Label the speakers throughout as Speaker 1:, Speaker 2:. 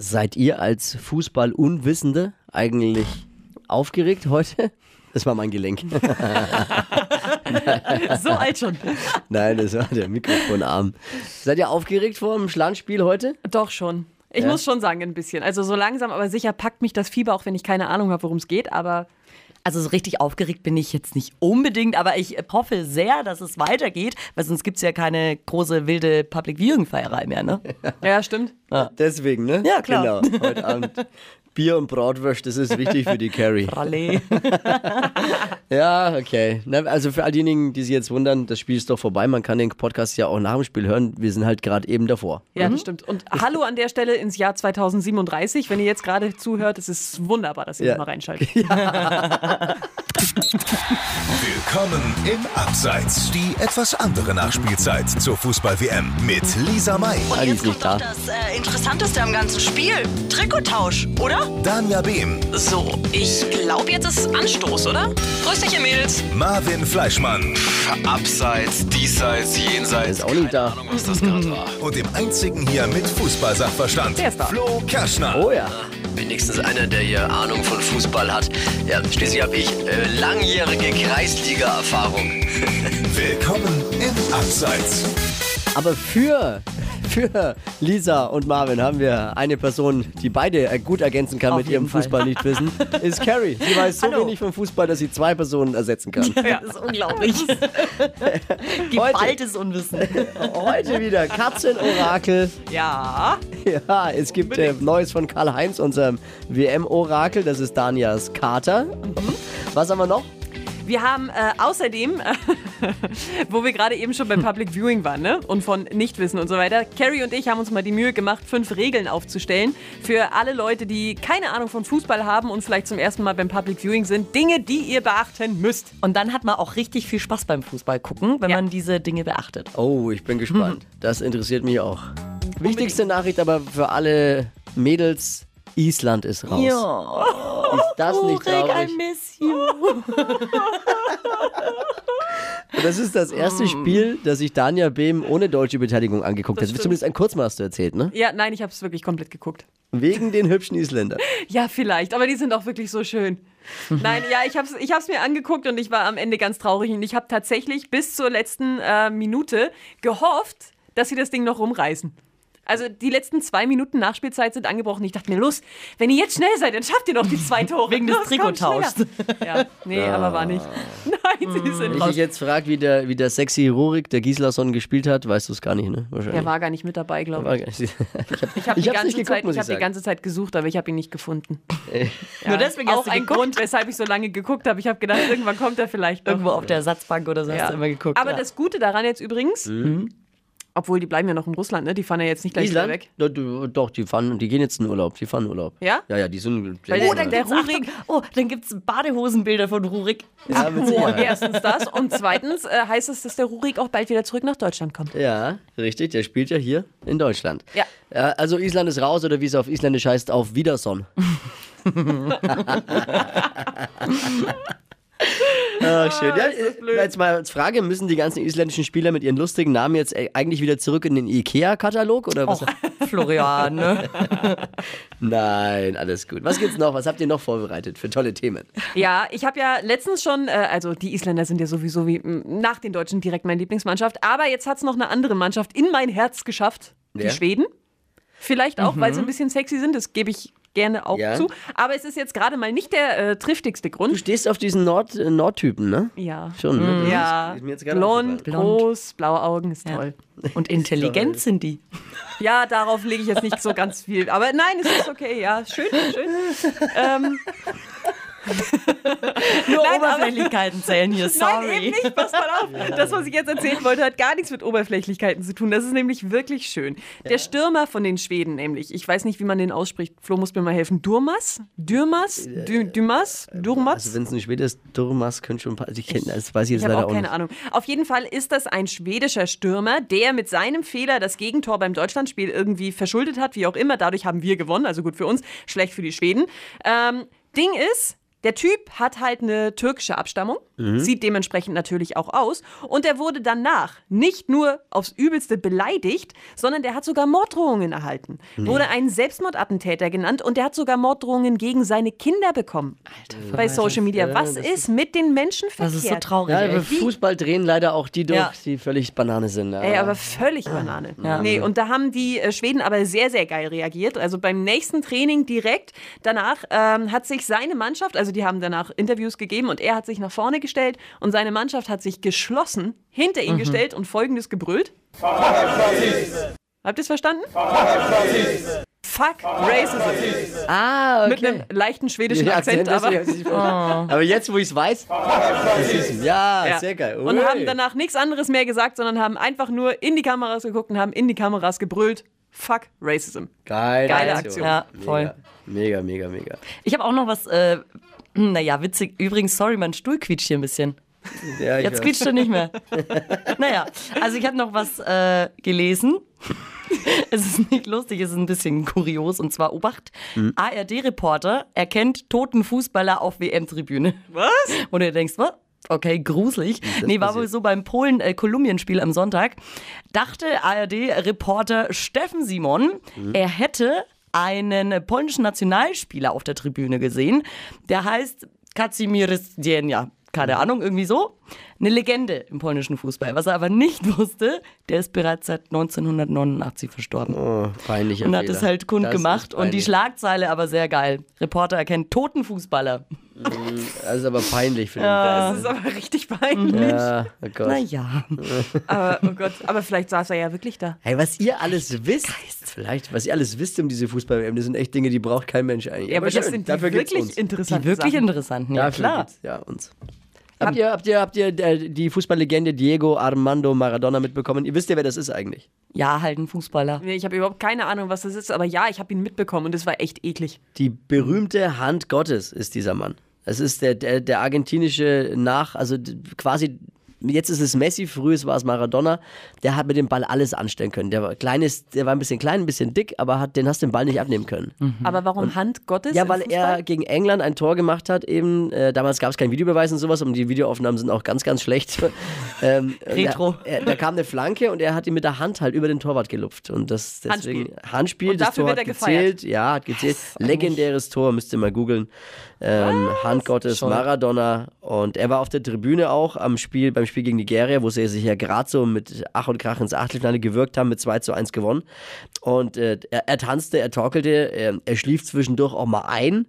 Speaker 1: Seid ihr als Fußballunwissende eigentlich aufgeregt heute? Das war mein Gelenk.
Speaker 2: So alt schon.
Speaker 1: Nein, das war der Mikrofonarm. Seid ihr aufgeregt vor dem Schlandspiel heute?
Speaker 2: Doch schon. Ich muss schon sagen, ein bisschen. Also so langsam, aber sicher packt mich das Fieber, auch wenn ich keine Ahnung habe, worum es geht. Aber
Speaker 3: Also so richtig aufgeregt bin ich jetzt nicht unbedingt, aber ich hoffe sehr, dass es weitergeht, weil sonst gibt es ja keine große wilde Public Viewing Feierei mehr, ne?
Speaker 2: ja, stimmt.
Speaker 1: Deswegen, ne?
Speaker 3: Ah. Ja, klar.
Speaker 1: Genau, heute Abend. Bier und Bratwurst, das ist wichtig für die Carrie.
Speaker 3: Rallye.
Speaker 1: Ja, okay. Na, also für all diejenigen, die sich jetzt wundern, das Spiel ist doch vorbei. Man kann den Podcast ja auch nach dem Spiel hören. Wir sind halt gerade eben davor.
Speaker 2: Ja, das stimmt. Und hallo an der Stelle ins Jahr 2037. Wenn ihr jetzt gerade zuhört, es ist wunderbar, dass ihr
Speaker 1: Ja.
Speaker 2: ja. mal reinschaltet.
Speaker 4: Willkommen im Abseits. Die etwas andere Nachspielzeit zur Fußball-WM mit Lisa May,
Speaker 1: Ah, die ist nicht da.
Speaker 3: das äh, Interessanteste am ganzen Spiel. Trikottausch, oder?
Speaker 4: Danja Behm,
Speaker 3: So, ich glaube, jetzt ist Anstoß, oder? Grüß dich, ihr Mädels.
Speaker 4: Marvin Fleischmann
Speaker 5: Abseits, diesseits, jenseits.
Speaker 1: Ist auch nicht da.
Speaker 5: Keine Ahnung, was das gerade war.
Speaker 4: und dem einzigen hier mit Fußballsachverstand,
Speaker 2: Der ist da.
Speaker 4: Flo Kerschner.
Speaker 1: Oh ja.
Speaker 5: Wenigstens einer, der hier Ahnung von Fußball hat. Ja, schließlich habe ich äh, langjährige Kreisliga-Erfahrung.
Speaker 4: Willkommen im Abseits.
Speaker 1: Aber für, für Lisa und Marvin haben wir eine Person, die beide äh, gut ergänzen kann
Speaker 3: Auf
Speaker 1: mit ihrem
Speaker 3: jeden Fall.
Speaker 1: Fußball nicht wissen, ist Carrie. Sie weiß so
Speaker 3: Hallo.
Speaker 1: wenig vom Fußball, dass sie zwei Personen ersetzen kann.
Speaker 3: Das ist unglaublich. Geballtes Unwissen.
Speaker 1: Heute wieder Katzenorakel.
Speaker 2: Ja.
Speaker 1: Ja, es gibt äh, Neues von Karl-Heinz, unserem WM-Orakel. Das ist Danias Kater.
Speaker 3: Mhm.
Speaker 1: Was haben wir noch?
Speaker 2: Wir haben äh, außerdem, äh, wo wir gerade eben schon beim Public Viewing waren ne? und von Nichtwissen und so weiter, Carrie und ich haben uns mal die Mühe gemacht, fünf Regeln aufzustellen für alle Leute, die keine Ahnung von Fußball haben und vielleicht zum ersten Mal beim Public Viewing sind. Dinge, die ihr beachten müsst.
Speaker 3: Und dann hat man auch richtig viel Spaß beim Fußball gucken, wenn
Speaker 2: Ja.
Speaker 3: man diese Dinge beachtet.
Speaker 1: Oh, ich bin gespannt.
Speaker 3: Hm.
Speaker 1: Das interessiert mich auch. Wichtigste Nachricht aber für alle Mädels: Island ist raus. Ist das nicht traurig?
Speaker 3: miss you.
Speaker 1: Das ist das
Speaker 2: Mm.
Speaker 1: erste Spiel, das sich Danja Behm ohne deutsche Beteiligung angeguckt hat. Zumindest ein Kurzmal hast du erzählt, ne?
Speaker 2: Ja, nein, ich habe es wirklich komplett geguckt.
Speaker 1: Wegen den hübschen Isländern.
Speaker 2: Ja, vielleicht, aber die sind auch wirklich so schön. Nein, ja, ich habe es ich hab's mir angeguckt und ich war am Ende ganz traurig und ich habe tatsächlich bis zur letzten äh, Minute gehofft, dass sie das Ding noch rumreißen. Also die letzten zwei Minuten Nachspielzeit sind angebrochen. Ich dachte mir, los, wenn ihr jetzt schnell seid, dann schafft ihr noch die zwei Tore.
Speaker 3: Wegen des
Speaker 2: Los, komm,
Speaker 3: Trikottauschs.
Speaker 2: schneller. Ja, nee, aber war nicht. Nein, sie sind
Speaker 3: Hm.
Speaker 1: Wenn ich dich
Speaker 2: raus.
Speaker 1: jetzt frage, wie der, wie der sexy Rurik, der Gislason gespielt hat, weißt du es gar nicht, ne? Wahrscheinlich.
Speaker 2: Der war gar nicht mit dabei, glaube
Speaker 1: War
Speaker 2: ich.
Speaker 1: gar nicht- ich
Speaker 2: Ich habe
Speaker 1: habe
Speaker 2: die, ganze Zeit-
Speaker 1: muss
Speaker 2: ich hab
Speaker 1: ich
Speaker 2: die
Speaker 1: sagen.
Speaker 2: ganze Zeit gesucht, aber ich habe ihn nicht gefunden. Ja.
Speaker 3: Nur deswegen hast
Speaker 2: auch
Speaker 3: du
Speaker 2: ein
Speaker 3: geguckt.
Speaker 2: Grund, weshalb ich so lange geguckt habe. Ich habe gedacht, irgendwann kommt er vielleicht noch.
Speaker 3: Irgendwo auf der Ersatzbank oder so
Speaker 2: Ja.
Speaker 3: hast du immer geguckt.
Speaker 2: Aber
Speaker 3: ja.
Speaker 2: das Gute daran jetzt übrigens, obwohl die bleiben ja noch in Russland, ne? Die fahren ja jetzt nicht gleich wieder
Speaker 1: Island?
Speaker 2: weg.
Speaker 1: Doch, du- Doch, die fahren, die gehen jetzt in Urlaub. Die fahren Urlaub.
Speaker 2: Ja?
Speaker 1: Ja, ja, die sind.
Speaker 2: Weil
Speaker 1: ja,
Speaker 2: der-
Speaker 1: ja.
Speaker 2: der-
Speaker 3: Jetzt Achtung, oh, dann gibt es Badehosenbilder von Rurik.
Speaker 1: ja, mit Sicherheit.
Speaker 2: Erstens das und zweitens äh, heißt es, dass der Rurik auch bald wieder zurück nach Deutschland kommt.
Speaker 1: ja, richtig, der spielt ja hier in Deutschland.
Speaker 2: Ja.
Speaker 1: Ja, also Island ist raus oder wie es auf Isländisch heißt, auf Wiederson.
Speaker 2: Ah,
Speaker 1: Ach, schön. Ja, äh, jetzt mal als Frage, müssen die ganzen isländischen Spieler mit ihren lustigen Namen jetzt äh, eigentlich wieder zurück in den Ikea-Katalog oder
Speaker 2: Oh.
Speaker 1: was?
Speaker 3: Also, Florian, ne?
Speaker 1: Nein, alles gut. Was gibt's noch? Was habt ihr noch vorbereitet für tolle Themen?
Speaker 2: Ja, ich habe ja letztens schon, äh, also die Isländer sind ja sowieso wie m, nach den Deutschen direkt meine Lieblingsmannschaft, aber jetzt hat es noch eine andere Mannschaft in mein Herz geschafft.
Speaker 1: Wer? Mhm.
Speaker 2: Die Schweden. Vielleicht auch, weil sie ein bisschen sexy sind, das gebe ich gerne auch
Speaker 1: Ja.
Speaker 2: zu. Aber es ist jetzt gerade mal nicht der äh, triftigste
Speaker 1: Du
Speaker 2: Grund.
Speaker 1: stehst auf diesen Nord äh, Nordtypen, ne?
Speaker 2: Ja.
Speaker 1: Schon, ne? Das
Speaker 2: Ja,
Speaker 1: ist mir jetzt gerade
Speaker 2: blond,
Speaker 1: aufgefallen.
Speaker 2: groß, blaue Augen, ist toll.
Speaker 3: Und intelligent sind die.
Speaker 2: Ja, darauf lege ich jetzt nicht so ganz viel. Aber nein, es ist okay, ja. Schön, schön. Ähm,
Speaker 3: Nur
Speaker 2: Nein, aber-
Speaker 3: Oberflächlichkeiten zählen hier,
Speaker 2: nein,
Speaker 3: sorry.
Speaker 2: eben nicht. Pass mal auf. Das, was ich jetzt erzählen wollte, hat gar nichts mit Oberflächlichkeiten zu tun. Das ist nämlich wirklich schön. Der Stürmer von den Schweden, nämlich, ich weiß nicht, wie man den ausspricht. Flo muss mir mal helfen. Durmas? Dürmas? Dü Dümas?
Speaker 1: Also
Speaker 2: Durmats?
Speaker 1: wenn es ein Schwedes Durmas könnte schon... pa- Also ich kenne, das weiß ich jetzt
Speaker 2: Ich habe
Speaker 1: leider
Speaker 2: auch
Speaker 1: auch
Speaker 2: keine
Speaker 1: nicht.
Speaker 2: Ahnung. Auf jeden Fall ist das ein schwedischer Stürmer, der mit seinem Fehler das Gegentor beim Deutschlandspiel irgendwie verschuldet hat, wie auch immer. Dadurch haben wir gewonnen, also gut für uns, schlecht für die Schweden. Ähm, Ding ist, der Typ hat halt eine türkische Abstammung. Sieht dementsprechend natürlich auch aus. Und er wurde danach nicht nur aufs Übelste beleidigt, sondern der hat sogar Morddrohungen erhalten. Wurde ein Selbstmordattentäter genannt und der hat sogar Morddrohungen gegen seine Kinder bekommen. Alter, bei Social Media. Was ist mit den Menschen verkehrt?
Speaker 3: Das ist so traurig.
Speaker 1: Ja,
Speaker 3: ey.
Speaker 1: über Fußball drehen leider auch die durch,
Speaker 3: Ja.
Speaker 1: die völlig Banane sind. ne? Ja.
Speaker 2: Ey, aber völlig Banane. Nee, und da haben die äh, Schweden aber sehr, sehr geil reagiert. Also beim nächsten Training direkt danach ähm, hat sich seine Mannschaft, also die haben danach Interviews gegeben und er hat sich nach vorne gestellt und seine Mannschaft hat sich geschlossen hinter
Speaker 1: Mhm.
Speaker 2: ihn gestellt und folgendes gebrüllt. Habt ihr es verstanden? Fuck Racism.
Speaker 1: ah,
Speaker 2: Mit einem leichten schwedischen
Speaker 1: Ja,
Speaker 2: Akzent,
Speaker 1: deswegen
Speaker 2: aber. Oh.
Speaker 1: hab ich's nicht verstanden. Aber jetzt, wo ich es weiß, das ist, ja,
Speaker 2: Ja.
Speaker 1: sehr geil.
Speaker 2: Und
Speaker 1: Ui.
Speaker 2: haben danach nichts anderes mehr gesagt, sondern haben einfach nur in die Kameras geguckt und haben in die Kameras gebrüllt. Fuck Racism.
Speaker 1: Geile,
Speaker 2: Geile Aktion.
Speaker 3: Ja,
Speaker 1: Mega.
Speaker 3: voll.
Speaker 1: Mega, mega, mega.
Speaker 3: Ich habe auch noch was, äh, naja, witzig. Übrigens, sorry, mein Stuhl quietscht hier ein bisschen.
Speaker 1: Ja, ich
Speaker 3: Jetzt
Speaker 1: weiß.
Speaker 3: quietscht er nicht mehr. naja, also ich habe noch was äh, gelesen. Es ist nicht lustig, es ist ein bisschen kurios. Und zwar, Obacht,
Speaker 1: Hm.
Speaker 3: ARD-Reporter erkennt toten Fußballer auf WM-Tribüne. Was? Und du denkst, was? Okay, gruselig. Nee, war wohl so beim Polen-Kolumbien-Spiel am Sonntag. Dachte ARD-Reporter Steffen Simon,
Speaker 1: Mhm.
Speaker 3: er hätte einen polnischen Nationalspieler auf der Tribüne gesehen. Der heißt Kazimierz Dzienia.
Speaker 1: Mhm.
Speaker 3: Keine Ahnung, irgendwie so. Eine Legende im polnischen Fußball. Was er aber nicht wusste, der ist bereits seit 1989 verstorben.
Speaker 1: Oh, peinlicher
Speaker 3: Und hat
Speaker 1: Fehler.
Speaker 3: es halt kundgemacht.
Speaker 1: ist
Speaker 3: Und die
Speaker 1: peinlich.
Speaker 3: Schlagzeile aber sehr geil. Reporter erkennt toten Fußballer.
Speaker 1: Das ist aber peinlich für den
Speaker 2: Das ist aber richtig peinlich.
Speaker 1: Ja, oh Gott.
Speaker 3: Naja.
Speaker 2: Aber, oh Gott, aber vielleicht saß er ja wirklich da.
Speaker 1: Hey, was ihr alles wisst, vielleicht, was ihr alles wisst um diese Fußball-WM, das sind echt Dinge, die braucht kein Mensch eigentlich.
Speaker 2: Ja, aber das
Speaker 1: schön,
Speaker 2: sind die
Speaker 1: dafür gibt's
Speaker 2: wirklich
Speaker 1: uns.
Speaker 3: Die
Speaker 2: interessanten
Speaker 3: wirklich
Speaker 2: Sachen.
Speaker 3: interessanten, ja
Speaker 1: Dafür
Speaker 3: klar.
Speaker 1: gibt's ja uns. Habt ihr, habt ihr, habt ihr äh, die Fußballlegende Diego Armando Maradona mitbekommen? Ihr wisst ja, wer das ist eigentlich.
Speaker 3: Ja, halt ein Fußballer.
Speaker 2: Nee, Ich habe überhaupt keine Ahnung, was das ist, aber ja, ich habe ihn mitbekommen und es war echt eklig.
Speaker 1: Die berühmte Hand Gottes ist dieser Mann. Es ist der, der, der argentinische Nach, also d- quasi, jetzt ist es Messi, früher war es Maradona, der hat mit dem Ball alles anstellen können. Der war, kleines, der war ein bisschen klein, ein bisschen dick, aber hat, den hast du den Ball nicht abnehmen können.
Speaker 2: Aber warum Hand Gottes?
Speaker 1: Mhm. Ja,
Speaker 2: im
Speaker 1: weil
Speaker 2: Fußball?
Speaker 1: er gegen England ein Tor gemacht hat, eben. Äh, damals gab es keinen Videobeweis und sowas, und die Videoaufnahmen sind auch ganz, ganz schlecht. ähm, und
Speaker 3: Retro.
Speaker 1: Da, er, da kam eine Flanke und er hat ihn mit der Hand halt über den Torwart gelupft. Und das deswegen Handspiel,
Speaker 2: Und
Speaker 1: das
Speaker 2: dafür
Speaker 1: Tor
Speaker 2: wird
Speaker 1: hat
Speaker 2: er gefeiert.
Speaker 1: gezählt. Ja, hat gezählt. Legendäres Tor, müsst ihr mal googeln. Ähm, Hand Gottes, Maradona. Und er war auf der Tribüne auch am Spiel, beim Spiel gegen Nigeria, wo sie sich ja gerade so mit Ach und Krach ins Achtelfinale gewirkt haben, mit 2 zu 1 gewonnen. Und äh, er, er tanzte, er torkelte, er, er schlief zwischendurch auch mal ein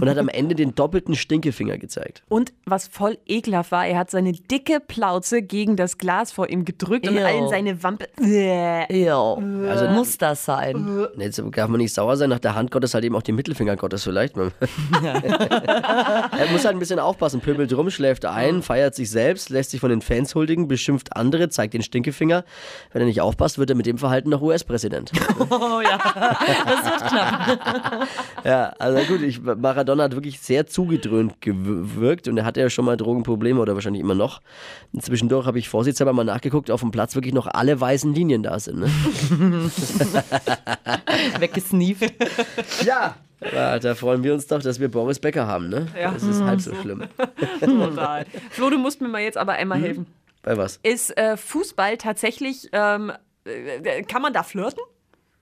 Speaker 1: und hat am Ende den doppelten Stinkefinger gezeigt.
Speaker 2: Und was voll ekelhaft war, er hat seine dicke Plauze gegen das Glas vor ihm gedrückt und
Speaker 3: Ew.
Speaker 2: allen seine Wampe. Bäh.
Speaker 3: Ja. Also muss das sein.
Speaker 1: Und Jetzt darf man nicht sauer sein, nach der Hand Gottes halt eben auch den Mittelfinger Gottes vielleicht. er muss halt ein bisschen aufpassen, pöbelt rum, schläft ein, feiert sich selbst, lässt sich von den Fans huldigen, beschimpft andere, zeigt den Stinkefinger. Wenn er nicht aufpasst, wird er mit dem Verhalten noch US-Präsident.
Speaker 3: Oh ja. Das wird knapp.
Speaker 1: ja, also gut, ich, Maradona hat wirklich sehr zugedröhnt gewirkt und er hatte ja schon mal Drogenprobleme oder wahrscheinlich immer noch. Zwischendurch habe ich vorsichtshalber mal nachgeguckt, auf dem Platz wirklich noch alle weißen Linien da sind. Ne?
Speaker 3: Weggesneeft.
Speaker 1: Ja. ja, da freuen wir uns doch, dass wir Boris Becker haben, ne? Ja. Das ist halb so schlimm.
Speaker 2: Total. Flo, du musst mir mal jetzt aber einmal
Speaker 1: Mhm.
Speaker 2: helfen.
Speaker 1: Bei was?
Speaker 2: Ist äh, Fußball tatsächlich, ähm, äh, kann man da flirten?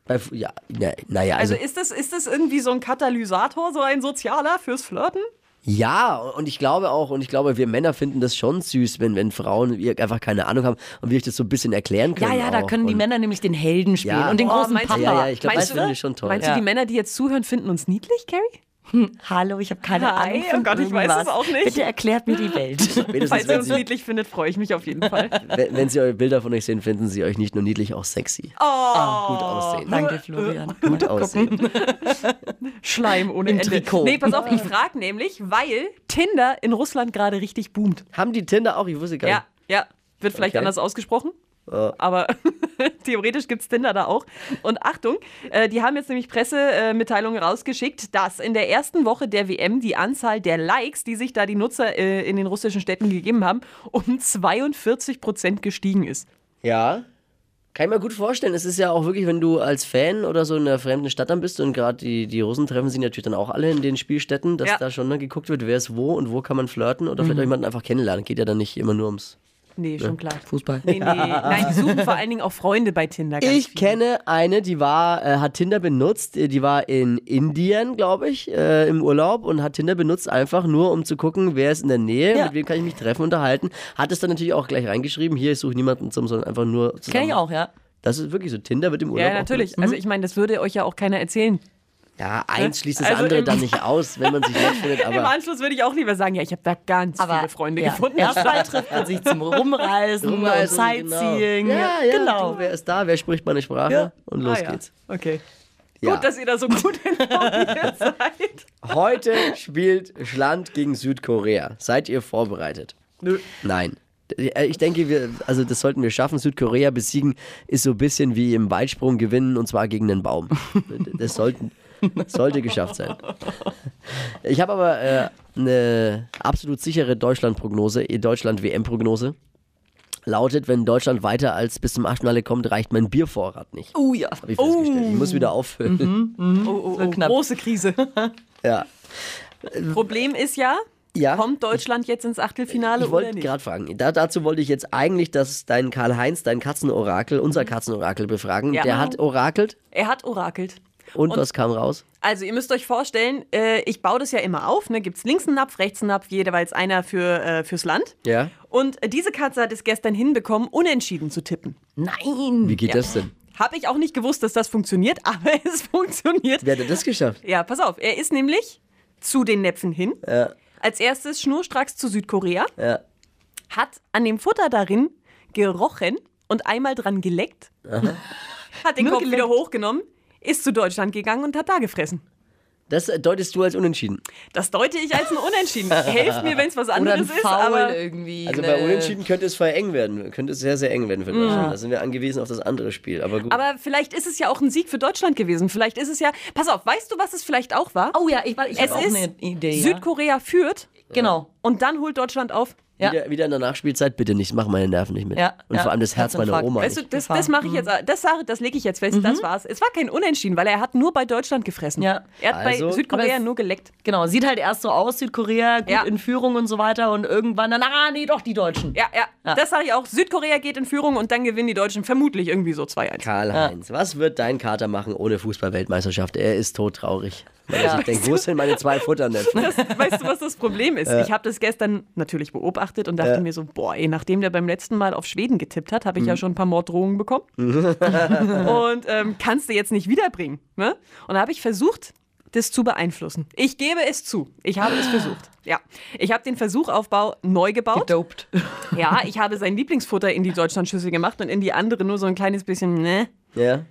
Speaker 1: Bei, Fu- ja, na, naja, also,
Speaker 2: Also ist das, ist das irgendwie so ein Katalysator, so ein sozialer fürs Flirten?
Speaker 1: ja, und ich glaube auch, und ich glaube, wir Männer finden das schon süß, wenn, wenn Frauen ihr- einfach keine Ahnung haben und wir euch das so ein bisschen erklären können.
Speaker 3: Ja, ja, da
Speaker 1: auch.
Speaker 3: können die
Speaker 1: Genau. und,
Speaker 3: Männer nämlich den Helden spielen
Speaker 1: Ja.
Speaker 3: und den
Speaker 1: Oh,
Speaker 3: großen
Speaker 2: meinst
Speaker 3: Papa.
Speaker 2: du-
Speaker 1: Ja, ja, ich glaube, das
Speaker 2: Meinst du-
Speaker 1: finden wir schon toll.
Speaker 2: Meinst
Speaker 3: Ja.
Speaker 2: du, die Männer, die jetzt zuhören, finden uns niedlich, Carrie?
Speaker 3: Hallo, ich habe keine
Speaker 2: Hi,
Speaker 3: Ahnung.
Speaker 2: oh
Speaker 3: Von
Speaker 2: Gott, ich weiß es
Speaker 3: irgendwas.
Speaker 2: auch nicht.
Speaker 3: Bitte erklärt mir die Welt.
Speaker 1: Wenigstens,
Speaker 2: Falls ihr
Speaker 1: wenn,
Speaker 2: uns
Speaker 1: sie,
Speaker 2: niedlich findet, freue ich mich auf jeden Fall.
Speaker 1: wenn, wenn sie eure Bilder von euch sehen, finden sie euch nicht nur niedlich, auch sexy.
Speaker 2: Oh,
Speaker 1: Ah, Gut aussehen.
Speaker 3: Danke, Florian.
Speaker 1: Gut aussehen.
Speaker 2: Schleim ohne
Speaker 3: Im
Speaker 2: Ende.
Speaker 3: Trikot.
Speaker 2: Nee, pass auf,
Speaker 1: Ah.
Speaker 2: ich frage nämlich, weil Tinder in Russland gerade richtig boomt.
Speaker 1: Haben die Tinder auch? Ich wusste gar
Speaker 2: Ja, ja. Wird vielleicht
Speaker 1: Okay. Ah.
Speaker 2: anders ausgesprochen. Aber theoretisch gibt es Tinder da auch. Und Achtung, äh, die haben jetzt nämlich Pressemitteilungen rausgeschickt, dass in der ersten Woche der WM die Anzahl der Likes, die sich da die Nutzer äh, in den russischen Städten gegeben haben, um 42 Prozent gestiegen ist.
Speaker 1: nicht. Ja. Kann ich mir gut vorstellen. Es ist ja auch wirklich, wenn du als Fan oder so in einer fremden Stadt dann bist und gerade die, die Russen treffen sich natürlich dann auch alle in den Spielstätten, dass
Speaker 2: Ja.
Speaker 1: da schon ne, geguckt wird, wer ist wo und wo kann man flirten oder vielleicht auch jemanden einfach kennenlernen. Geht ja dann nicht immer nur ums.
Speaker 2: Nee, schon klar.
Speaker 3: Fußball.
Speaker 2: Nee, nee. Nein, die suchen vor allen Dingen auch Freunde bei Tinder. Ganz
Speaker 1: Ich
Speaker 2: viele.
Speaker 1: kenne eine, die war, äh, hat Tinder benutzt, äh, die war in Indien, glaube ich, äh, im Urlaub und hat Tinder benutzt, einfach nur um zu gucken, wer ist in der Nähe,
Speaker 3: Ja.
Speaker 1: mit wem kann ich mich treffen, unterhalten. Hat es dann natürlich auch gleich reingeschrieben, hier, ich suche niemanden zum, sondern einfach nur zusammen.
Speaker 3: Kenn ich auch, ja.
Speaker 1: Das ist wirklich so, Tinder wird im Urlaub
Speaker 2: Ja,
Speaker 1: auch Mhm.
Speaker 2: natürlich. Also ich meine, das würde euch ja auch keiner erzählen.
Speaker 1: Ja, eins schließt das
Speaker 2: Also
Speaker 1: andere
Speaker 2: im-
Speaker 1: dann nicht aus, wenn man sich nett findet,
Speaker 2: Im
Speaker 1: aber
Speaker 2: Anschluss würde ich auch lieber sagen, ja, ich habe da ganz viele Freunde
Speaker 3: ja,
Speaker 2: gefunden.
Speaker 3: Erstmal trifft man sich zum Rumreisen,
Speaker 1: Rumreisen,
Speaker 3: und Sightseeing.
Speaker 1: um Genau. Ja, ja,
Speaker 3: genau.
Speaker 1: Du, wer ist da, wer spricht meine Sprache und los
Speaker 2: Ah, ja.
Speaker 1: geht's.
Speaker 2: Okay.
Speaker 1: Ja.
Speaker 2: Gut, dass ihr da so gut informiert seid.
Speaker 1: Heute spielt Schland gegen Südkorea. Seid ihr vorbereitet?
Speaker 2: Nö.
Speaker 1: Nein. Äh, Ich denke, wir, also das sollten wir schaffen. Südkorea besiegen ist so ein bisschen wie im Weitsprung gewinnen und zwar gegen einen Baum. Das sollten, sollte geschafft sein. Ich habe aber äh, eine absolut sichere Deutschland-Prognose, eh, Deutschland-WM-Prognose. Lautet, wenn Deutschland weiter als bis zum Achtelfinale kommt, reicht mein Biervorrat nicht.
Speaker 3: Oh ja. Mhm.
Speaker 1: Hab ich festgestellt. Ich muss wieder auffüllen.
Speaker 2: Oh, oh,
Speaker 3: wird
Speaker 2: oh.
Speaker 3: knapp.
Speaker 2: Große Krise.
Speaker 1: Ja.
Speaker 2: Problem ist ja,
Speaker 1: ja.
Speaker 2: kommt Deutschland jetzt ins
Speaker 1: Ich
Speaker 2: Achtelfinale oder
Speaker 1: wollte
Speaker 2: nicht?
Speaker 1: gerade fragen. Da, dazu wollte ich jetzt eigentlich, dass dein Karl-Heinz, dein Katzenorakel, unser Katzenorakel befragen.
Speaker 2: Ja.
Speaker 1: Der hat orakelt
Speaker 2: Er hat orakelt.
Speaker 1: und, was kam raus?
Speaker 2: Also ihr müsst euch vorstellen, äh, ich baue das ja immer auf. Ne? Gibt es links einen Napf, rechts einen Napf, jeweils einer für, äh, fürs Land.
Speaker 1: Ja.
Speaker 2: Und äh, diese Katze hat es gestern hinbekommen, unentschieden zu tippen.
Speaker 3: Nein.
Speaker 1: Wie geht das denn?
Speaker 2: Habe ich auch nicht gewusst, dass das funktioniert, aber es funktioniert.
Speaker 1: Wer hat denn das geschafft?
Speaker 2: Ja, pass auf. Er ist nämlich zu den Näpfen hin. Als erstes schnurstracks zu Südkorea.
Speaker 1: Ja.
Speaker 2: Hat an dem Futter darin gerochen und einmal dran geleckt. Hat den
Speaker 3: Nur
Speaker 2: Kopf wieder
Speaker 3: geleckt.
Speaker 2: hochgenommen, ist zu Deutschland gegangen und hat da gefressen.
Speaker 1: Das äh, deutest du als unentschieden.
Speaker 2: Das deute ich als ein Unentschieden. Helft mir, wenn es was
Speaker 3: Oder ein
Speaker 2: anderes ist,
Speaker 3: Foul
Speaker 2: aber
Speaker 3: irgendwie.
Speaker 1: Also
Speaker 3: ne?
Speaker 1: bei Unentschieden könnte es voll eng werden. Könnte es sehr, sehr eng werden für Deutschland. Da sind wir angewiesen auf das andere Spiel. Aber gut.
Speaker 2: aber vielleicht ist es ja auch ein Sieg für Deutschland gewesen. Vielleicht ist es ja. Pass auf, weißt du, was es vielleicht auch war?
Speaker 3: Oh ja, ich, warte, ich
Speaker 2: es
Speaker 3: habe auch
Speaker 2: ist
Speaker 3: eine Idee. ja.
Speaker 2: Südkorea führt
Speaker 3: Genau.
Speaker 2: und dann holt Deutschland auf.
Speaker 3: Ja.
Speaker 1: wieder, wieder in der Nachspielzeit, bitte nicht, mach meine Nerven nicht mit.
Speaker 3: Ja,
Speaker 1: und
Speaker 3: ja.
Speaker 1: vor allem das Herz meiner
Speaker 3: Herzinfarkt.
Speaker 1: Oma.
Speaker 2: Weißt du,
Speaker 1: nicht.
Speaker 2: das,
Speaker 3: Gefahr. Mhm.
Speaker 2: das mache ich jetzt, das Sache, das lege ich jetzt fest, das war's. Es war kein Unentschieden, weil er hat nur bei Deutschland gefressen.
Speaker 3: Ja.
Speaker 2: Er hat
Speaker 1: Also-
Speaker 2: bei
Speaker 3: Aber
Speaker 2: Südkorea
Speaker 3: es-
Speaker 2: nur geleckt.
Speaker 3: Genau, sieht halt erst so aus, Südkorea, gut
Speaker 2: Ja.
Speaker 3: in Führung und so weiter und irgendwann dann, ah nee, doch die Deutschen.
Speaker 2: Ja, ja,
Speaker 3: Ja.
Speaker 2: das sage ich auch. Südkorea geht in Führung und dann gewinnen die Deutschen vermutlich irgendwie so 2-1.
Speaker 1: Karl-Heinz, was wird dein Kater machen ohne Fußball-Weltmeisterschaft? Er ist todtraurig. Weil er
Speaker 3: Ja.
Speaker 1: sich denkt, wo sind meine zwei Futternäpfe?
Speaker 2: Das, weißt du, was das Problem ist? Ich habe das gestern natürlich beobachtet und dachte mir so, boah, ey, nachdem der beim letzten Mal auf Schweden getippt hat, habe ich ja schon ein paar Morddrohungen bekommen. Mhm. und ähm, kannst du jetzt nicht wiederbringen. Ne? Und da habe ich versucht, das zu beeinflussen. Ich gebe es zu. Ich habe es versucht. Ja. Ich habe den Versuchaufbau neu gebaut.
Speaker 3: Doped.
Speaker 2: Ja, ich habe sein Lieblingsfutter in die Deutschlandschüssel gemacht und in die andere nur so ein kleines bisschen, ne?
Speaker 1: Ja.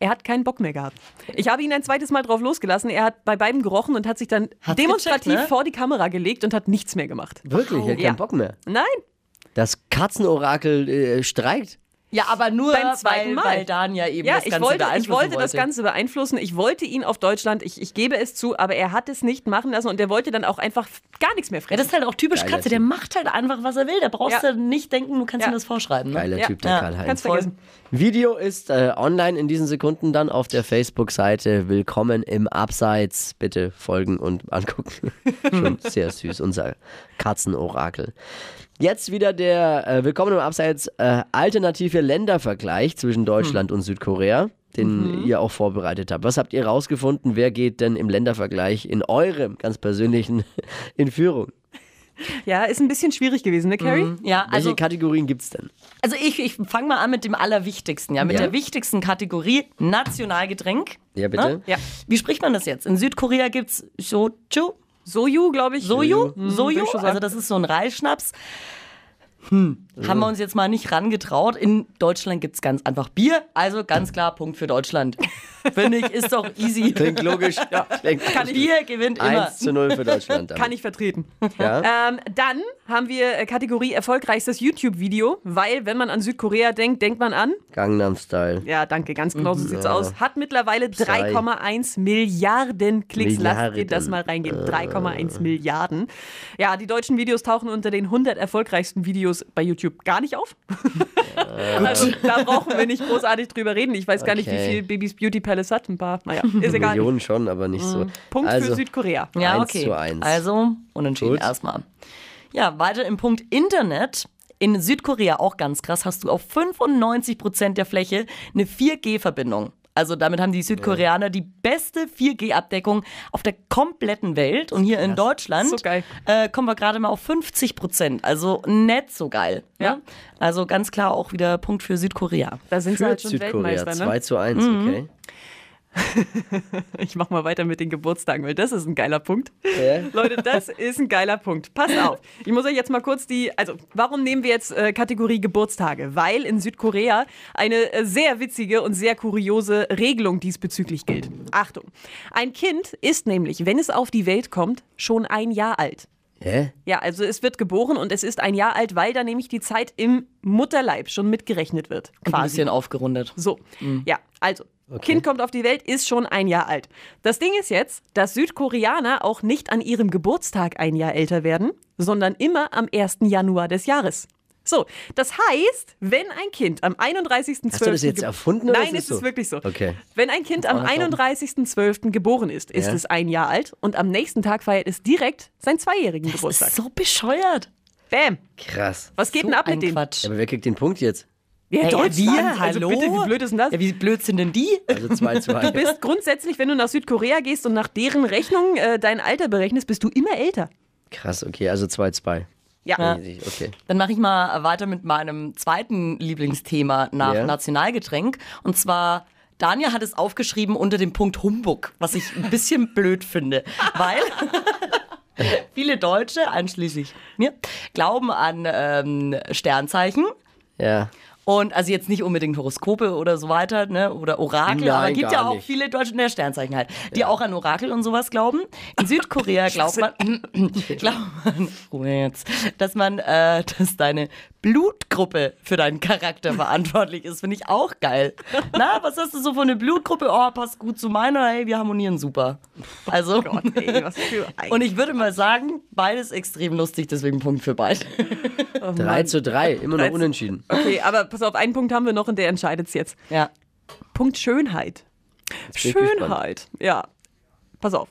Speaker 2: Er hat keinen Bock mehr gehabt. Ich habe ihn ein zweites Mal drauf losgelassen. Er hat bei beiden gerochen und hat sich dann
Speaker 3: Hat's
Speaker 2: demonstrativ
Speaker 3: gecheckt, ne?
Speaker 2: vor die Kamera gelegt und hat nichts mehr gemacht.
Speaker 1: Wirklich, er hat
Speaker 2: Ja.
Speaker 1: keinen Bock mehr.
Speaker 2: Nein,
Speaker 1: Das Katzenorakel äh, streikt.
Speaker 3: Ja, aber nur
Speaker 2: Beim zweiten
Speaker 3: weil,
Speaker 2: Mal.
Speaker 3: weil Dan ja eben
Speaker 2: ja,
Speaker 3: das
Speaker 2: ich
Speaker 3: Ganze
Speaker 2: wollte, ich
Speaker 3: beeinflussen
Speaker 2: wollte das
Speaker 3: wollte.
Speaker 2: Ganze beeinflussen. Ich wollte ihn auf Deutschland, ich, ich gebe es zu, aber er hat es nicht machen lassen und er wollte dann auch einfach gar nichts mehr
Speaker 3: Ja,
Speaker 2: fressen.
Speaker 3: das ist halt auch typisch
Speaker 1: Geiler
Speaker 3: Katze, der
Speaker 1: Typ.
Speaker 3: macht halt einfach, was er will. Da brauchst
Speaker 2: Ja.
Speaker 3: du nicht denken, du kannst
Speaker 2: Ja.
Speaker 3: ihm das vorschreiben. Ne?
Speaker 1: Geiler
Speaker 2: Ja.
Speaker 1: Typ, der
Speaker 3: Ja.
Speaker 1: Karl-Heinz.
Speaker 2: Kannst vergessen.
Speaker 1: Video ist äh, online in diesen Sekunden dann auf der Facebook-Seite. Willkommen im Abseits. Bitte folgen und angucken. Schon sehr süß, unser Katzenorakel. Jetzt wieder der äh, Willkommen im Abseits äh, alternative Ländervergleich zwischen Deutschland
Speaker 2: Hm.
Speaker 1: und Südkorea, den
Speaker 2: Mhm.
Speaker 1: ihr auch vorbereitet habt. Was habt ihr rausgefunden? Wer geht denn im Ländervergleich in eurem ganz persönlichen in Führung?
Speaker 2: Ja, ist ein bisschen schwierig gewesen, ne, Carrie?
Speaker 3: Ja,
Speaker 1: Welche
Speaker 3: also,
Speaker 1: Kategorien gibt's denn?
Speaker 3: also ich, ich fange mal an mit dem Allerwichtigsten, ja, mit
Speaker 1: Ja.
Speaker 3: der wichtigsten Kategorie Nationalgetränk.
Speaker 1: Ja, bitte.
Speaker 3: Ne? Wie spricht man das jetzt? In Südkorea gibt es Soju,
Speaker 2: Soju, glaube ich.
Speaker 3: Soju,
Speaker 2: Mhm,
Speaker 3: Soju,
Speaker 2: würd ich schon sagen.
Speaker 3: also das ist so ein Reisschnaps. Hm, haben wir uns jetzt mal nicht rangetraut. In Deutschland gibt es ganz einfach Bier, also ganz klar Punkt für Deutschland. Finde ich, ist doch easy.
Speaker 1: Klingt logisch. Klingt
Speaker 3: Kann
Speaker 1: logisch.
Speaker 3: Bier gewinnt immer.
Speaker 1: 1 zu 0 für Deutschland.
Speaker 2: Kann ich vertreten.
Speaker 1: Ja.
Speaker 2: Ähm, dann haben wir äh, Kategorie erfolgreichstes YouTube-Video, weil wenn man an Südkorea denkt, denkt man an,
Speaker 1: Gangnam Style.
Speaker 2: ja danke, ganz genau
Speaker 1: Mhm.
Speaker 2: so sieht's aus, hat mittlerweile 3,1 Milliarden Klicks. Lasst ihr
Speaker 1: Milliarden. Äh.
Speaker 2: das mal reingeben, 3,1 Milliarden. Ja, die deutschen Videos tauchen unter den 100 erfolgreichsten Videos Videos bei YouTube gar nicht auf. also da brauchen wir nicht großartig drüber reden. Ich weiß gar nicht, wie
Speaker 1: Äh. Okay.
Speaker 2: viel Babys Beauty Palace hat. Ein paar. Naja, ist egal.
Speaker 1: Millionen schon, aber nicht so.
Speaker 2: Mhm. Punkt für
Speaker 1: also,
Speaker 2: Südkorea.
Speaker 3: Ja,
Speaker 1: Eins
Speaker 3: okay.
Speaker 1: zu eins.
Speaker 3: Also unentschieden
Speaker 1: Gut.
Speaker 3: erstmal. Ja, weiter im Punkt Internet. In Südkorea, auch ganz krass, hast du auf 95 Prozent der Fläche eine 4G-Verbindung. Also damit haben die Südkoreaner die beste 4G-Abdeckung auf der kompletten Welt. Und hier in Deutschland
Speaker 2: So geil.
Speaker 3: Äh, kommen wir gerade mal auf 50 Prozent. Also nett so geil.
Speaker 2: Ja.
Speaker 3: Ne? Also ganz klar auch wieder Punkt für Südkorea.
Speaker 2: Da sind sie
Speaker 1: für
Speaker 2: halt schon
Speaker 1: Südkorea
Speaker 2: Weltmeister, ne?
Speaker 1: 2 zu 1, okay.
Speaker 2: Ich mach mal weiter mit den Geburtstagen, weil das ist ein geiler Punkt.
Speaker 1: Ja.
Speaker 2: Leute, das ist ein geiler Punkt. Passt auf. Ich muss euch jetzt mal kurz die. Also, warum nehmen wir jetzt äh, Kategorie Geburtstage? Weil in Südkorea eine äh, sehr witzige und sehr kuriose Regelung diesbezüglich gilt. Achtung. Ein Kind ist nämlich, wenn es auf die Welt kommt, schon ein Jahr alt.
Speaker 1: Hä?
Speaker 2: Ja, also es wird geboren und es ist ein Jahr alt, weil da nämlich die Zeit im Mutterleib schon mitgerechnet wird.
Speaker 3: Ein
Speaker 2: Quasi.
Speaker 3: bisschen aufgerundet.
Speaker 2: So,
Speaker 1: Mhm.
Speaker 2: ja, also. Kind kommt auf die Welt, ist schon ein Jahr alt. Das Ding ist jetzt, dass Südkoreaner auch nicht an ihrem Geburtstag ein Jahr älter werden, sondern immer am 1. Januar des Jahres. So, das heißt, wenn ein Kind am 31.12.
Speaker 1: Hast du das jetzt
Speaker 2: geb-
Speaker 1: erfunden oder
Speaker 2: Nein,
Speaker 1: ist es
Speaker 2: es ist
Speaker 1: so?
Speaker 2: wirklich so.
Speaker 1: Okay.
Speaker 2: Wenn ein Kind am 31.12. geboren ist, ist
Speaker 1: Ja.
Speaker 2: es ein Jahr alt und am nächsten Tag feiert es direkt seinen zweijährigen
Speaker 3: Das
Speaker 2: Geburtstag.
Speaker 3: ist so bescheuert.
Speaker 2: Bam!
Speaker 1: Krass.
Speaker 2: Was geht
Speaker 3: So
Speaker 2: denn ab
Speaker 3: ein
Speaker 2: mit denen?
Speaker 3: Quatsch.
Speaker 1: Ja, aber wer kriegt den Punkt jetzt?
Speaker 2: Ja,
Speaker 3: Hey,
Speaker 2: Deutschland.
Speaker 3: wir,
Speaker 2: Also
Speaker 3: hallo?
Speaker 2: bitte, wie blöd ist denn das?
Speaker 3: Ja, wie blöd sind denn die?
Speaker 1: Also 2 zu 1.
Speaker 2: Du bist grundsätzlich, wenn du nach Südkorea gehst und nach deren Rechnung äh, dein Alter berechnest, bist du immer älter.
Speaker 1: Krass, okay, also 2 zu 2.
Speaker 2: Ja.
Speaker 1: Easy, Okay.
Speaker 3: Dann mache ich mal weiter mit meinem zweiten Lieblingsthema nach
Speaker 1: Ja.
Speaker 3: Nationalgetränk. Und zwar, Daniel hat es aufgeschrieben unter dem Punkt Humbug, was ich ein bisschen blöd finde, weil viele Deutsche, einschließlich mir, glauben an ähm, Sternzeichen.
Speaker 1: Ja.
Speaker 3: Und also jetzt nicht unbedingt Horoskope oder so weiter, ne? Oder Orakel,
Speaker 1: Nein,
Speaker 3: aber gibt
Speaker 1: gar
Speaker 3: ja auch
Speaker 1: nicht.
Speaker 3: viele deutsche ne, Sternzeichen halt, die auch an Orakel und sowas glauben. In Südkorea glaubt man, glaubt man, Ruhe jetzt, dass man, äh, dass deine Blutgruppe für deinen Charakter verantwortlich ist. Finde ich auch geil. Na, was hast du so für eine Blutgruppe? Oh, passt gut zu meiner, hey, wir harmonieren super.
Speaker 1: Oh
Speaker 3: Also.
Speaker 2: Oh Ey, was für ein
Speaker 3: Und ich würde mal sagen, beides extrem lustig, deswegen Punkt für beide.
Speaker 2: Oh
Speaker 1: 3 zu 3, immer noch unentschieden.
Speaker 2: Okay, aber pass auf, einen Punkt haben wir noch und der entscheidet es jetzt.
Speaker 3: Ja.
Speaker 2: Punkt Schönheit.
Speaker 1: bin ich gespannt.
Speaker 2: Schönheit, ja. Pass auf.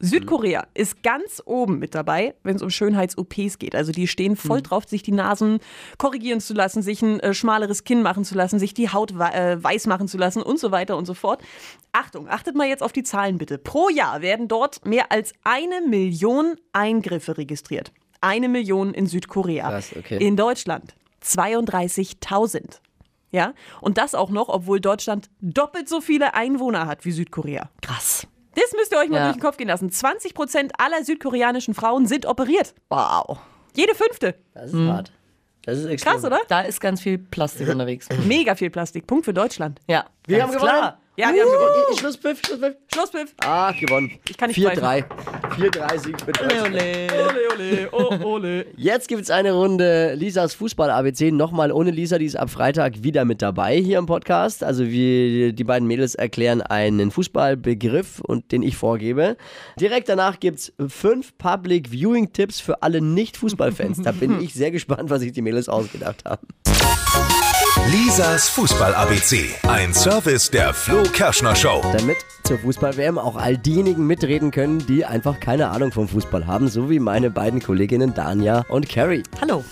Speaker 2: Südkorea ist ganz oben mit dabei, wenn es um Schönheits-OPs geht. Also die stehen voll
Speaker 1: Mhm.
Speaker 2: drauf, sich die Nasen korrigieren zu lassen, sich ein äh, schmaleres Kinn machen zu lassen, sich die Haut wei- äh, weiß machen zu lassen und so weiter und so fort. Achtung, achtet mal jetzt auf die Zahlen bitte. Pro Jahr werden dort mehr als eine Million Eingriffe registriert. Eine Million in Südkorea.
Speaker 1: Krass, okay.
Speaker 2: In Deutschland 32.000. Ja, und das auch noch, obwohl Deutschland doppelt so viele Einwohner hat wie Südkorea.
Speaker 3: Krass.
Speaker 2: Das müsst ihr euch mal
Speaker 3: Ja.
Speaker 2: durch den Kopf gehen lassen. 20 Prozent aller südkoreanischen Frauen sind operiert.
Speaker 3: Wow.
Speaker 2: Jede fünfte.
Speaker 1: Das ist hart. Das ist extrem.
Speaker 2: Mhm. Krass, oder?
Speaker 3: Da ist ganz viel Plastik unterwegs.
Speaker 2: Mega viel Plastik. Punkt für Deutschland.
Speaker 3: Ja. Wir
Speaker 1: haben gewonnen.
Speaker 2: Ja, wir haben gewonnen.
Speaker 1: Schlusspfiff, Schlusspfiff.
Speaker 2: Schlusspfiff.
Speaker 1: Ah, gewonnen.
Speaker 2: Ich kann nicht
Speaker 1: 4-3. 4-3 Sieg für Deutschland.
Speaker 2: Ole, ole, oh, ole.
Speaker 1: Jetzt gibt's eine Runde Lisas Fußball-ABC. Nochmal ohne Lisa, die ist ab Freitag wieder mit dabei hier im Podcast. Also wir, die beiden Mädels erklären einen Fußballbegriff, und den ich vorgebe. Direkt danach gibt's fünf Public Viewing-Tipps für alle Nicht-Fußballfans. Da bin ich sehr gespannt, was sich die Mädels ausgedacht haben.
Speaker 4: Lisas Fußball-ABC. Ein Service der Flo Kerschner Show.
Speaker 1: Damit zur Fußball-WM auch all diejenigen mitreden können, die einfach keine Ahnung vom Fußball haben, so wie meine beiden Kolleginnen Dania und Carrie.
Speaker 3: Hallo.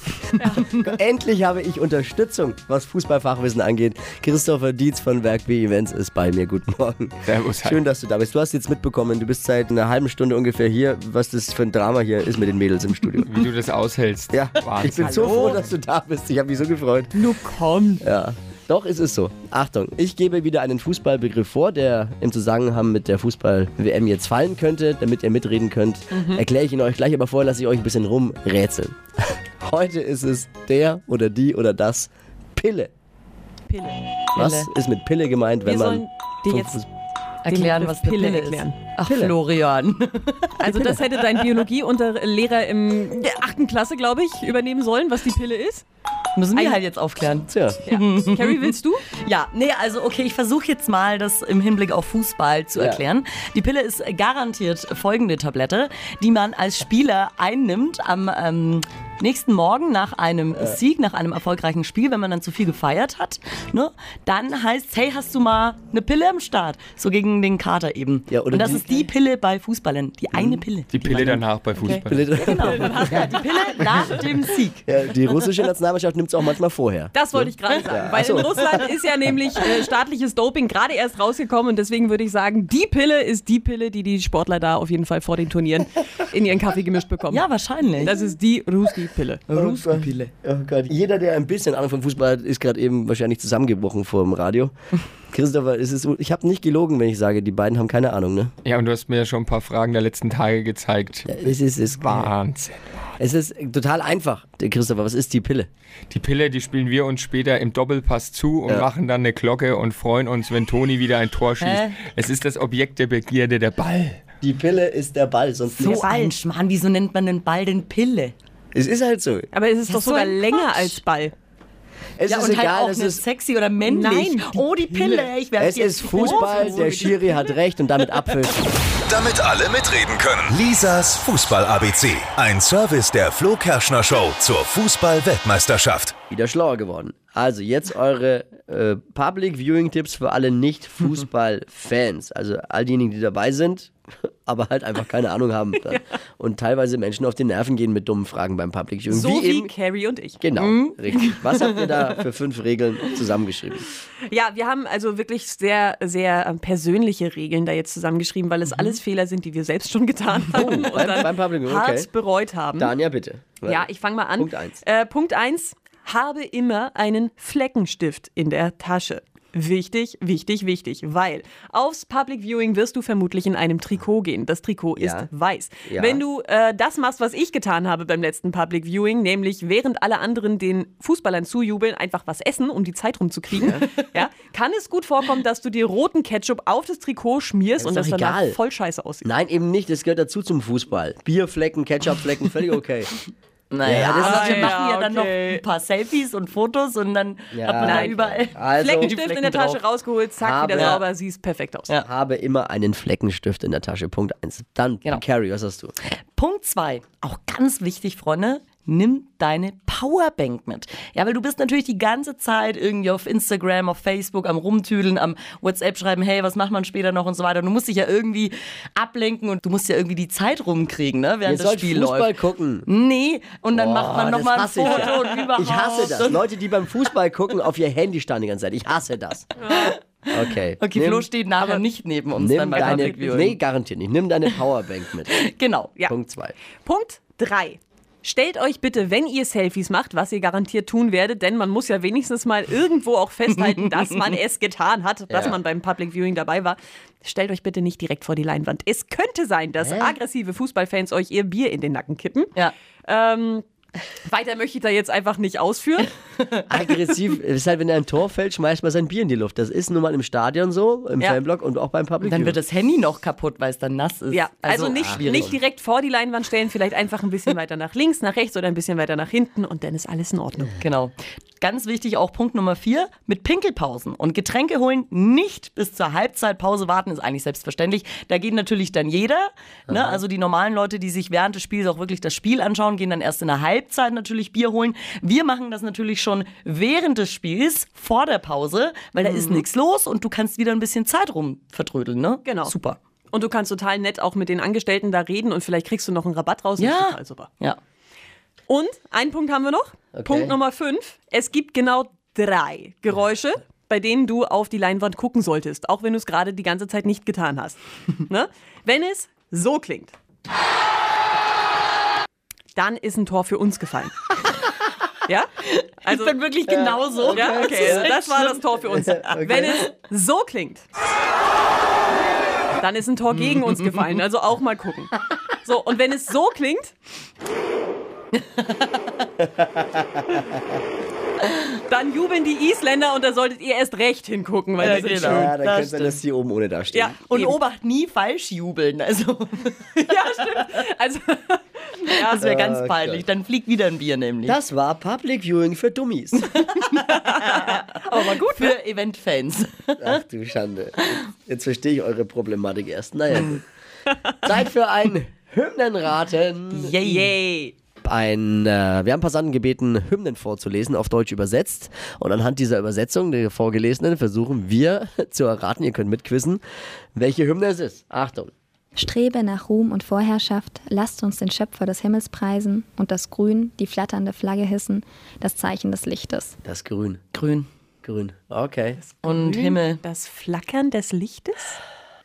Speaker 1: Endlich habe ich Unterstützung, was Fußballfachwissen angeht. Christopher Dietz von Werk B Events ist bei mir. Guten Morgen.
Speaker 6: Servus, hi.
Speaker 1: Schön, dass du da bist. Du hast jetzt mitbekommen, du bist seit einer halben Stunde ungefähr hier, was das für ein Drama hier ist mit den Mädels im Studio.
Speaker 6: wie du das aushältst.
Speaker 1: Ja,
Speaker 6: Wahnsinn.
Speaker 1: ich bin so froh, dass du da bist. Ich habe mich so gefreut.
Speaker 2: Nur komm.
Speaker 1: Ja. Doch, es ist so. Achtung, ich gebe wieder einen Fußballbegriff vor, der im Zusammenhang mit der Fußball-WM jetzt fallen könnte, damit ihr mitreden könnt.
Speaker 2: Mhm.
Speaker 1: Erkläre ich ihn euch gleich, aber vorher lasse ich euch ein bisschen rumrätseln. Heute ist es der oder die oder das Pille.
Speaker 2: Pille.
Speaker 1: Was ist mit Pille gemeint, wenn
Speaker 2: Wir sollen
Speaker 1: man.
Speaker 2: dir
Speaker 1: vom
Speaker 2: jetzt.
Speaker 1: Fuß-
Speaker 3: Erklären, was eine
Speaker 2: Pille
Speaker 3: Pille,
Speaker 2: erklären.
Speaker 3: ist. Ach, Florian.
Speaker 2: Also, das hätte dein Biologieunterlehrer im der achten Klasse, glaube ich, übernehmen sollen, was die Pille ist.
Speaker 3: Müssen wir
Speaker 2: Ein-
Speaker 3: halt jetzt aufklären.
Speaker 1: Tja,
Speaker 2: Ja. Carrie, willst du?
Speaker 3: Ja, nee, also okay, ich versuche jetzt mal das im Hinblick auf Fußball zu
Speaker 1: Ja.
Speaker 3: erklären. Die Pille ist garantiert folgende Tablette, die man als Spieler einnimmt am ähm, nächsten Morgen nach einem Sieg, nach einem erfolgreichen Spiel, wenn man dann zu viel gefeiert hat, ne, dann heißt hey, hast du mal eine Pille am Start? So gegen den Kater eben.
Speaker 1: Ja, oder
Speaker 3: Und das
Speaker 1: die- Mhm.
Speaker 3: ist die Pille bei Fußballern, die eine Pille.
Speaker 6: Die Pille danach bei Fußball.
Speaker 3: Genau, man hat ja die Pille nach dem Sieg.
Speaker 1: Ja, die russische Nationalmannschaft nimmt es auch manchmal vorher.
Speaker 2: Das wollte ich gerade sagen, weil in Russland ist ja nämlich äh, staatliches Doping gerade erst rausgekommen und deswegen würde ich sagen, die Pille ist die Pille, die die Sportler da auf jeden Fall vor den Turnieren in ihren Kaffee gemischt bekommen.
Speaker 3: Ja, wahrscheinlich.
Speaker 2: Das ist die Ruski-Pille.
Speaker 1: Ruspille. Oh Gott. Jeder, der ein bisschen Ahnung von Fußball hat, ist gerade eben wahrscheinlich zusammengebrochen vor dem Radio. Christopher, es ist, ich habe nicht gelogen, wenn ich sage, die beiden haben keine Ahnung, ne?
Speaker 6: Ja, und du hast mir ja schon ein paar Fragen der letzten Tage gezeigt.
Speaker 1: Es ist, es,
Speaker 6: Wahnsinn.
Speaker 1: es ist total einfach. Christopher, was ist die Pille?
Speaker 6: Die Pille, die spielen wir uns später im Doppelpass zu und machen dann eine Glocke und freuen uns, wenn Toni wieder ein Tor schießt.
Speaker 3: Hä?
Speaker 6: Es ist das Objekt der Begierde, der Ball.
Speaker 1: Die Pille ist der Ball, sonst
Speaker 3: so ein Schmarrn, wieso nennt man den Ball denn Pille?
Speaker 1: Es ist halt so.
Speaker 2: Aber es
Speaker 3: Das
Speaker 2: ist doch
Speaker 3: ist so
Speaker 2: sogar
Speaker 3: ein
Speaker 2: länger
Speaker 3: Quatsch.
Speaker 2: als Ball.
Speaker 1: Es
Speaker 3: Ja,
Speaker 1: ist
Speaker 3: und
Speaker 1: egal,
Speaker 3: halt auch
Speaker 1: es
Speaker 3: nicht
Speaker 1: ist
Speaker 3: sexy oder männlich.
Speaker 2: Nein, die
Speaker 3: oh, die Pille. Ich werde
Speaker 1: Es ist Fußball, der Schiri hat recht und damit Apfel.
Speaker 4: Damit alle mitreden können. Lisas Fußball-ABC. Ein Service der Flo Kerschner Show zur Fußball-Weltmeisterschaft.
Speaker 1: Wieder schlauer geworden. Also jetzt eure äh, Public Viewing Tipps für alle Nicht-Fußball-Fans. Also all diejenigen, die dabei sind, aber halt einfach keine Ahnung haben. Und teilweise Menschen auf den Nerven gehen mit dummen Fragen beim Public Viewing.
Speaker 2: So wie
Speaker 1: eben-
Speaker 2: Carrie und ich.
Speaker 1: Genau, richtig. Was habt ihr da für fünf Regeln zusammengeschrieben?
Speaker 2: Ja, wir haben also wirklich sehr, sehr ähm, persönliche Regeln da jetzt zusammengeschrieben, weil es alles Fehler sind, die wir selbst schon getan haben und dann
Speaker 1: beim Public Viewing,
Speaker 2: hart
Speaker 1: okay.
Speaker 2: bereut haben.
Speaker 1: Dania, bitte.
Speaker 2: Ja, ich fange mal an.
Speaker 1: Punkt eins.
Speaker 2: Äh, Punkt 1. Habe immer einen Fleckenstift in der Tasche. Wichtig, wichtig, wichtig, weil aufs Public Viewing wirst du vermutlich in einem Trikot gehen. Das Trikot
Speaker 1: Ja.
Speaker 2: ist weiß.
Speaker 1: Ja.
Speaker 2: Wenn du äh, das machst, was ich getan habe beim letzten Public Viewing, nämlich während alle anderen den Fußballern zujubeln, einfach was essen, um die Zeit rumzukriegen, ja. kann es gut vorkommen, dass du dir roten Ketchup auf das Trikot
Speaker 1: Das
Speaker 2: schmierst
Speaker 1: ist
Speaker 2: und das
Speaker 1: doch
Speaker 2: danach
Speaker 1: egal.
Speaker 2: voll scheiße aussieht.
Speaker 1: Nein, eben nicht. Das gehört dazu zum Fußball. Bierflecken, Ketchupflecken, völlig okay.
Speaker 3: Naja,
Speaker 1: Ja, das
Speaker 3: aber
Speaker 2: ist-
Speaker 3: wir
Speaker 2: Ja,
Speaker 3: machen ja dann
Speaker 2: okay.
Speaker 3: noch ein paar Selfies und Fotos und dann
Speaker 1: Ja.
Speaker 3: hat man da
Speaker 1: Nein.
Speaker 3: überall.
Speaker 1: Also-
Speaker 2: Fleckenstift
Speaker 3: die
Speaker 2: in der
Speaker 3: Flecken
Speaker 2: Tasche
Speaker 3: drauf.
Speaker 2: rausgeholt, zack,
Speaker 1: Habe-
Speaker 2: wieder sauber, siehst perfekt aus.
Speaker 1: Habe immer einen Fleckenstift in der Tasche. Punkt eins. Dann,
Speaker 3: Genau.
Speaker 1: Carrie, was hast du?
Speaker 3: Punkt zwei, auch ganz wichtig, Freunde, nimm deine Powerbank mit. Ja, weil du bist natürlich die ganze Zeit irgendwie auf Instagram, auf Facebook, am Rumtüdeln, am WhatsApp schreiben, hey, was macht man später noch und so weiter. Und du musst dich ja irgendwie ablenken und du musst ja irgendwie die Zeit rumkriegen, ne, während
Speaker 1: Ihr
Speaker 3: das
Speaker 1: sollt
Speaker 3: Spiel
Speaker 1: Fußball
Speaker 3: läuft.
Speaker 1: gucken.
Speaker 3: Nee, und dann macht man
Speaker 1: Boah,
Speaker 3: nochmal ein
Speaker 1: das
Speaker 3: Foto
Speaker 1: hasse ich ja.
Speaker 3: und überhaupt.
Speaker 1: Ich hasse
Speaker 3: Oh.
Speaker 1: das. Leute, die beim Fußball gucken, auf ihr Handy starren die ganze Zeit. Ich hasse das. Okay.
Speaker 3: Okay,
Speaker 1: nimm,
Speaker 3: Flo steht nachher nicht neben uns dann
Speaker 1: nimm
Speaker 3: bei
Speaker 1: deine,
Speaker 3: Public Viewing.
Speaker 1: Nee, garantiert nicht. Nimm deine Powerbank mit.
Speaker 3: Genau, ja.
Speaker 1: Punkt zwei.
Speaker 2: Punkt 3. Stellt euch bitte, wenn ihr Selfies macht, was ihr garantiert tun werdet, denn man muss ja wenigstens mal irgendwo auch festhalten, dass man es getan hat, dass
Speaker 1: Ja.
Speaker 2: man beim Public Viewing dabei war. Stellt euch bitte nicht direkt vor die Leinwand. Es könnte sein, dass aggressive Fußballfans euch ihr Bier in den Nacken kippen.
Speaker 3: Ja.
Speaker 2: Ähm, weiter möchte ich da jetzt einfach nicht ausführen.
Speaker 1: Aggressiv ist halt, wenn er ein Tor fällt, schmeißt man sein Bier in die Luft. Das ist nun mal im Stadion so, im
Speaker 2: Ja.
Speaker 1: Fanblock und auch beim Public
Speaker 3: Dann
Speaker 1: Viewing.
Speaker 3: wird das Handy noch kaputt, weil es dann nass ist.
Speaker 2: Ja, also, nicht,
Speaker 3: schwierig.
Speaker 2: nicht direkt vor die Leinwand stellen, vielleicht einfach ein bisschen weiter nach links, nach rechts oder ein bisschen weiter nach hinten und dann ist alles in Ordnung.
Speaker 3: Genau. Ganz wichtig auch Punkt Nummer vier, mit Pinkelpausen und Getränke holen, nicht bis zur Halbzeitpause warten, ist eigentlich selbstverständlich. Da geht natürlich dann jeder. Ne? Also die normalen Leute, die sich während des Spiels auch wirklich das Spiel anschauen, gehen dann erst in der Halbzeit natürlich Bier holen. Wir machen das natürlich schon während des Spiels, vor der Pause, weil da ist nichts los und du kannst wieder ein bisschen Zeit rumvertrödeln. Ne?
Speaker 2: Genau.
Speaker 3: Super.
Speaker 2: Und du kannst total nett auch mit den Angestellten da reden und vielleicht kriegst du noch einen Rabatt raus. Das ist
Speaker 3: Ja.
Speaker 2: Total super.
Speaker 3: Ja.
Speaker 2: Und einen Punkt haben wir noch. Punkt Nummer 5. Es gibt genau drei Geräusche, bei denen du auf die Leinwand gucken solltest, auch wenn du es gerade die ganze Zeit nicht getan hast. ne? Wenn es so klingt, dann ist ein Tor für uns gefallen. ja? Also,
Speaker 3: ich bin wirklich genauso.
Speaker 2: ja, okay, also das war das Tor für uns. Wenn es so klingt, dann ist ein Tor gegen uns gefallen. Also auch mal gucken. So, und wenn es so klingt, dann jubeln die Isländer und da solltet ihr erst recht hingucken, weil die sind
Speaker 3: genau.
Speaker 2: schön.
Speaker 1: ja, dann
Speaker 3: das
Speaker 1: könnte sein, dass die oben ohne dastehen.
Speaker 2: Ja,
Speaker 3: Und
Speaker 2: eben.
Speaker 3: obacht nie falsch jubeln. Also
Speaker 2: ja, stimmt. Also,
Speaker 3: das wäre ganz
Speaker 1: Gott.
Speaker 3: peinlich. Dann fliegt wieder ein Bier nämlich.
Speaker 1: Das war Public Viewing für Dummies.
Speaker 2: Oh,
Speaker 3: Aber gut.
Speaker 2: ne?
Speaker 3: Für Event-Fans.
Speaker 1: Ach du Schande. Jetzt verstehe ich eure Problematik erst. Naja, gut. Zeit für ein Hymnenraten.
Speaker 3: Yay.
Speaker 2: yay.
Speaker 1: ein, äh, wir haben Passanten gebeten, Hymnen vorzulesen, auf Deutsch übersetzt. Und anhand dieser Übersetzung, der vorgelesenen, versuchen wir zu erraten, ihr könnt mitquissen, welche Hymne es ist. Achtung.
Speaker 7: Strebe nach Ruhm und Vorherrschaft, lasst uns den Schöpfer des Himmels preisen und das Grün, die flatternde Flagge hissen, das Zeichen des Lichtes.
Speaker 1: Das Grün.
Speaker 3: Grün
Speaker 1: Grün. Okay.
Speaker 3: und Himmel.
Speaker 2: Das Flackern des Lichtes?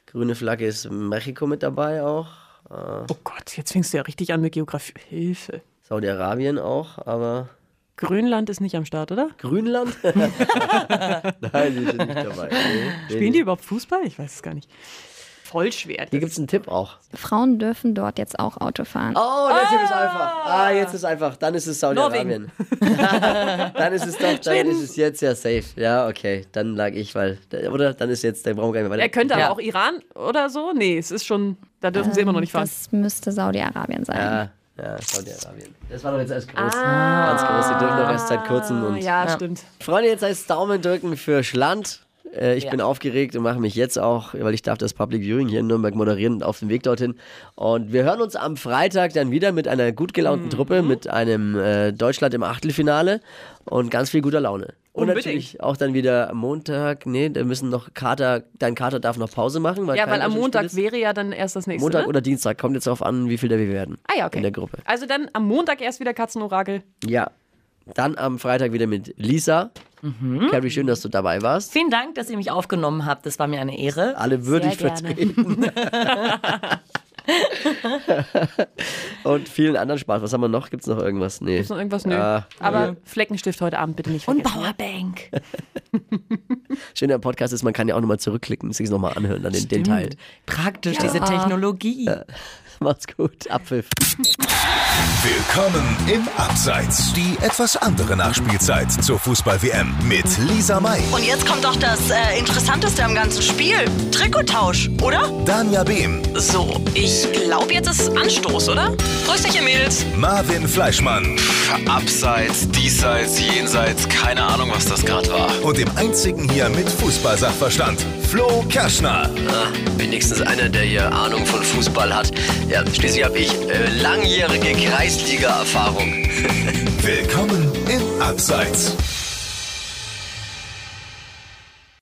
Speaker 1: Grüne Flagge ist Mexiko mit dabei auch.
Speaker 2: Oh Gott, jetzt fängst du ja richtig an mit Geografie. Hilfe.
Speaker 1: Saudi-Arabien auch, aber
Speaker 2: Grönland ist nicht am Start, oder?
Speaker 1: Grünland? Nein, die sind nicht dabei. Nee, nee,
Speaker 2: Spielen die
Speaker 1: nee.
Speaker 2: überhaupt Fußball? Ich weiß es gar nicht. Voll schwer.
Speaker 1: Hier gibt es einen Tipp auch.
Speaker 7: Frauen dürfen dort jetzt auch Auto fahren.
Speaker 1: Oh, der Tipp ist einfach. Ah, jetzt ist einfach. Dann ist es Saudi-Arabien. dann ist es doch, dann ist es jetzt ja safe. Ja, okay. Dann lag ich, weil. Oder dann ist jetzt, dann brauchen wir gar nicht mehr weiter.
Speaker 2: er könnte aber auch Iran oder so? Nee, es ist schon, da dürfen sie immer noch nicht fahren.
Speaker 7: Das müsste Saudi-Arabien sein.
Speaker 1: Ja, Ah, ja, Saudi-Arabien. Das war doch jetzt erst groß. Ganz groß. Die dürfen doch erst seit kurzem. Und
Speaker 2: Ah. Ja, stimmt.
Speaker 1: Freunde, jetzt heißt Daumen drücken für Schland. Äh, Ich
Speaker 3: Ja.
Speaker 1: bin aufgeregt und mache mich jetzt auch, weil ich darf das Public Viewing hier in Nürnberg moderieren und auf dem Weg dorthin. Und wir hören uns am Freitag dann wieder mit einer gut gelaunten
Speaker 2: Mhm.
Speaker 1: Truppe, mit einem äh, Deutschland im Achtelfinale und ganz viel guter Laune. Und
Speaker 2: Unbedingt.
Speaker 1: natürlich auch dann wieder am Montag, nee, da müssen noch Kater, dein Kater darf noch Pause machen. Weil
Speaker 2: Ja,
Speaker 1: kein
Speaker 2: weil am
Speaker 1: Deutschlandspiel
Speaker 2: Montag
Speaker 1: ist.
Speaker 2: wäre ja dann erst das nächste.
Speaker 1: Montag
Speaker 2: ne?
Speaker 1: oder Dienstag, kommt jetzt darauf an, wie viel da wir werden.
Speaker 2: Ah ja, okay.
Speaker 1: In der Gruppe.
Speaker 2: Also dann am Montag erst wieder Katzenorakel.
Speaker 1: Ja. Dann am Freitag wieder mit Lisa.
Speaker 2: Mhm.
Speaker 1: Carrie, schön, dass du dabei warst.
Speaker 3: Vielen Dank, dass ihr mich aufgenommen habt. Das war mir eine Ehre.
Speaker 1: alle würdig
Speaker 3: Sehr gerne.
Speaker 1: vertreten. und vielen anderen Spaß. Was haben wir noch? Gibt es noch irgendwas? Nee.
Speaker 2: Ist noch irgendwas? Nö.
Speaker 1: Ah.
Speaker 2: Aber Fleckenstift heute Abend bitte nicht
Speaker 3: Und
Speaker 2: vergessen.
Speaker 3: Powerbank.
Speaker 1: Schön am Podcast ist, man kann ja auch nochmal zurückklicken und sich nochmal anhören, dann den, den Teil.
Speaker 3: Praktisch, diese Technologie.
Speaker 1: Macht's gut. Abpfiff.
Speaker 4: Willkommen im Abseits. Die etwas andere Nachspielzeit zur Fußball-WM mit Lisa May,
Speaker 8: Und jetzt kommt doch das äh, Interessanteste am ganzen Spiel. Trikottausch, oder?
Speaker 4: Danja Behm,
Speaker 8: So, ich glaube, jetzt ist Anstoß, oder? Grüß dich, ihr Mädels.
Speaker 4: Marvin Fleischmann
Speaker 5: Abseits, diesseits, jenseits, keine Ahnung, was das gerade war.
Speaker 4: und dem einzigen hier mit Fußballsachverstand, Flo Kerschner.
Speaker 5: Ah, wenigstens einer, der hier Ahnung von Fußball hat. Ja, schließlich habe ich äh, langjährige Kreisliga-Erfahrung.
Speaker 4: Willkommen im Abseits.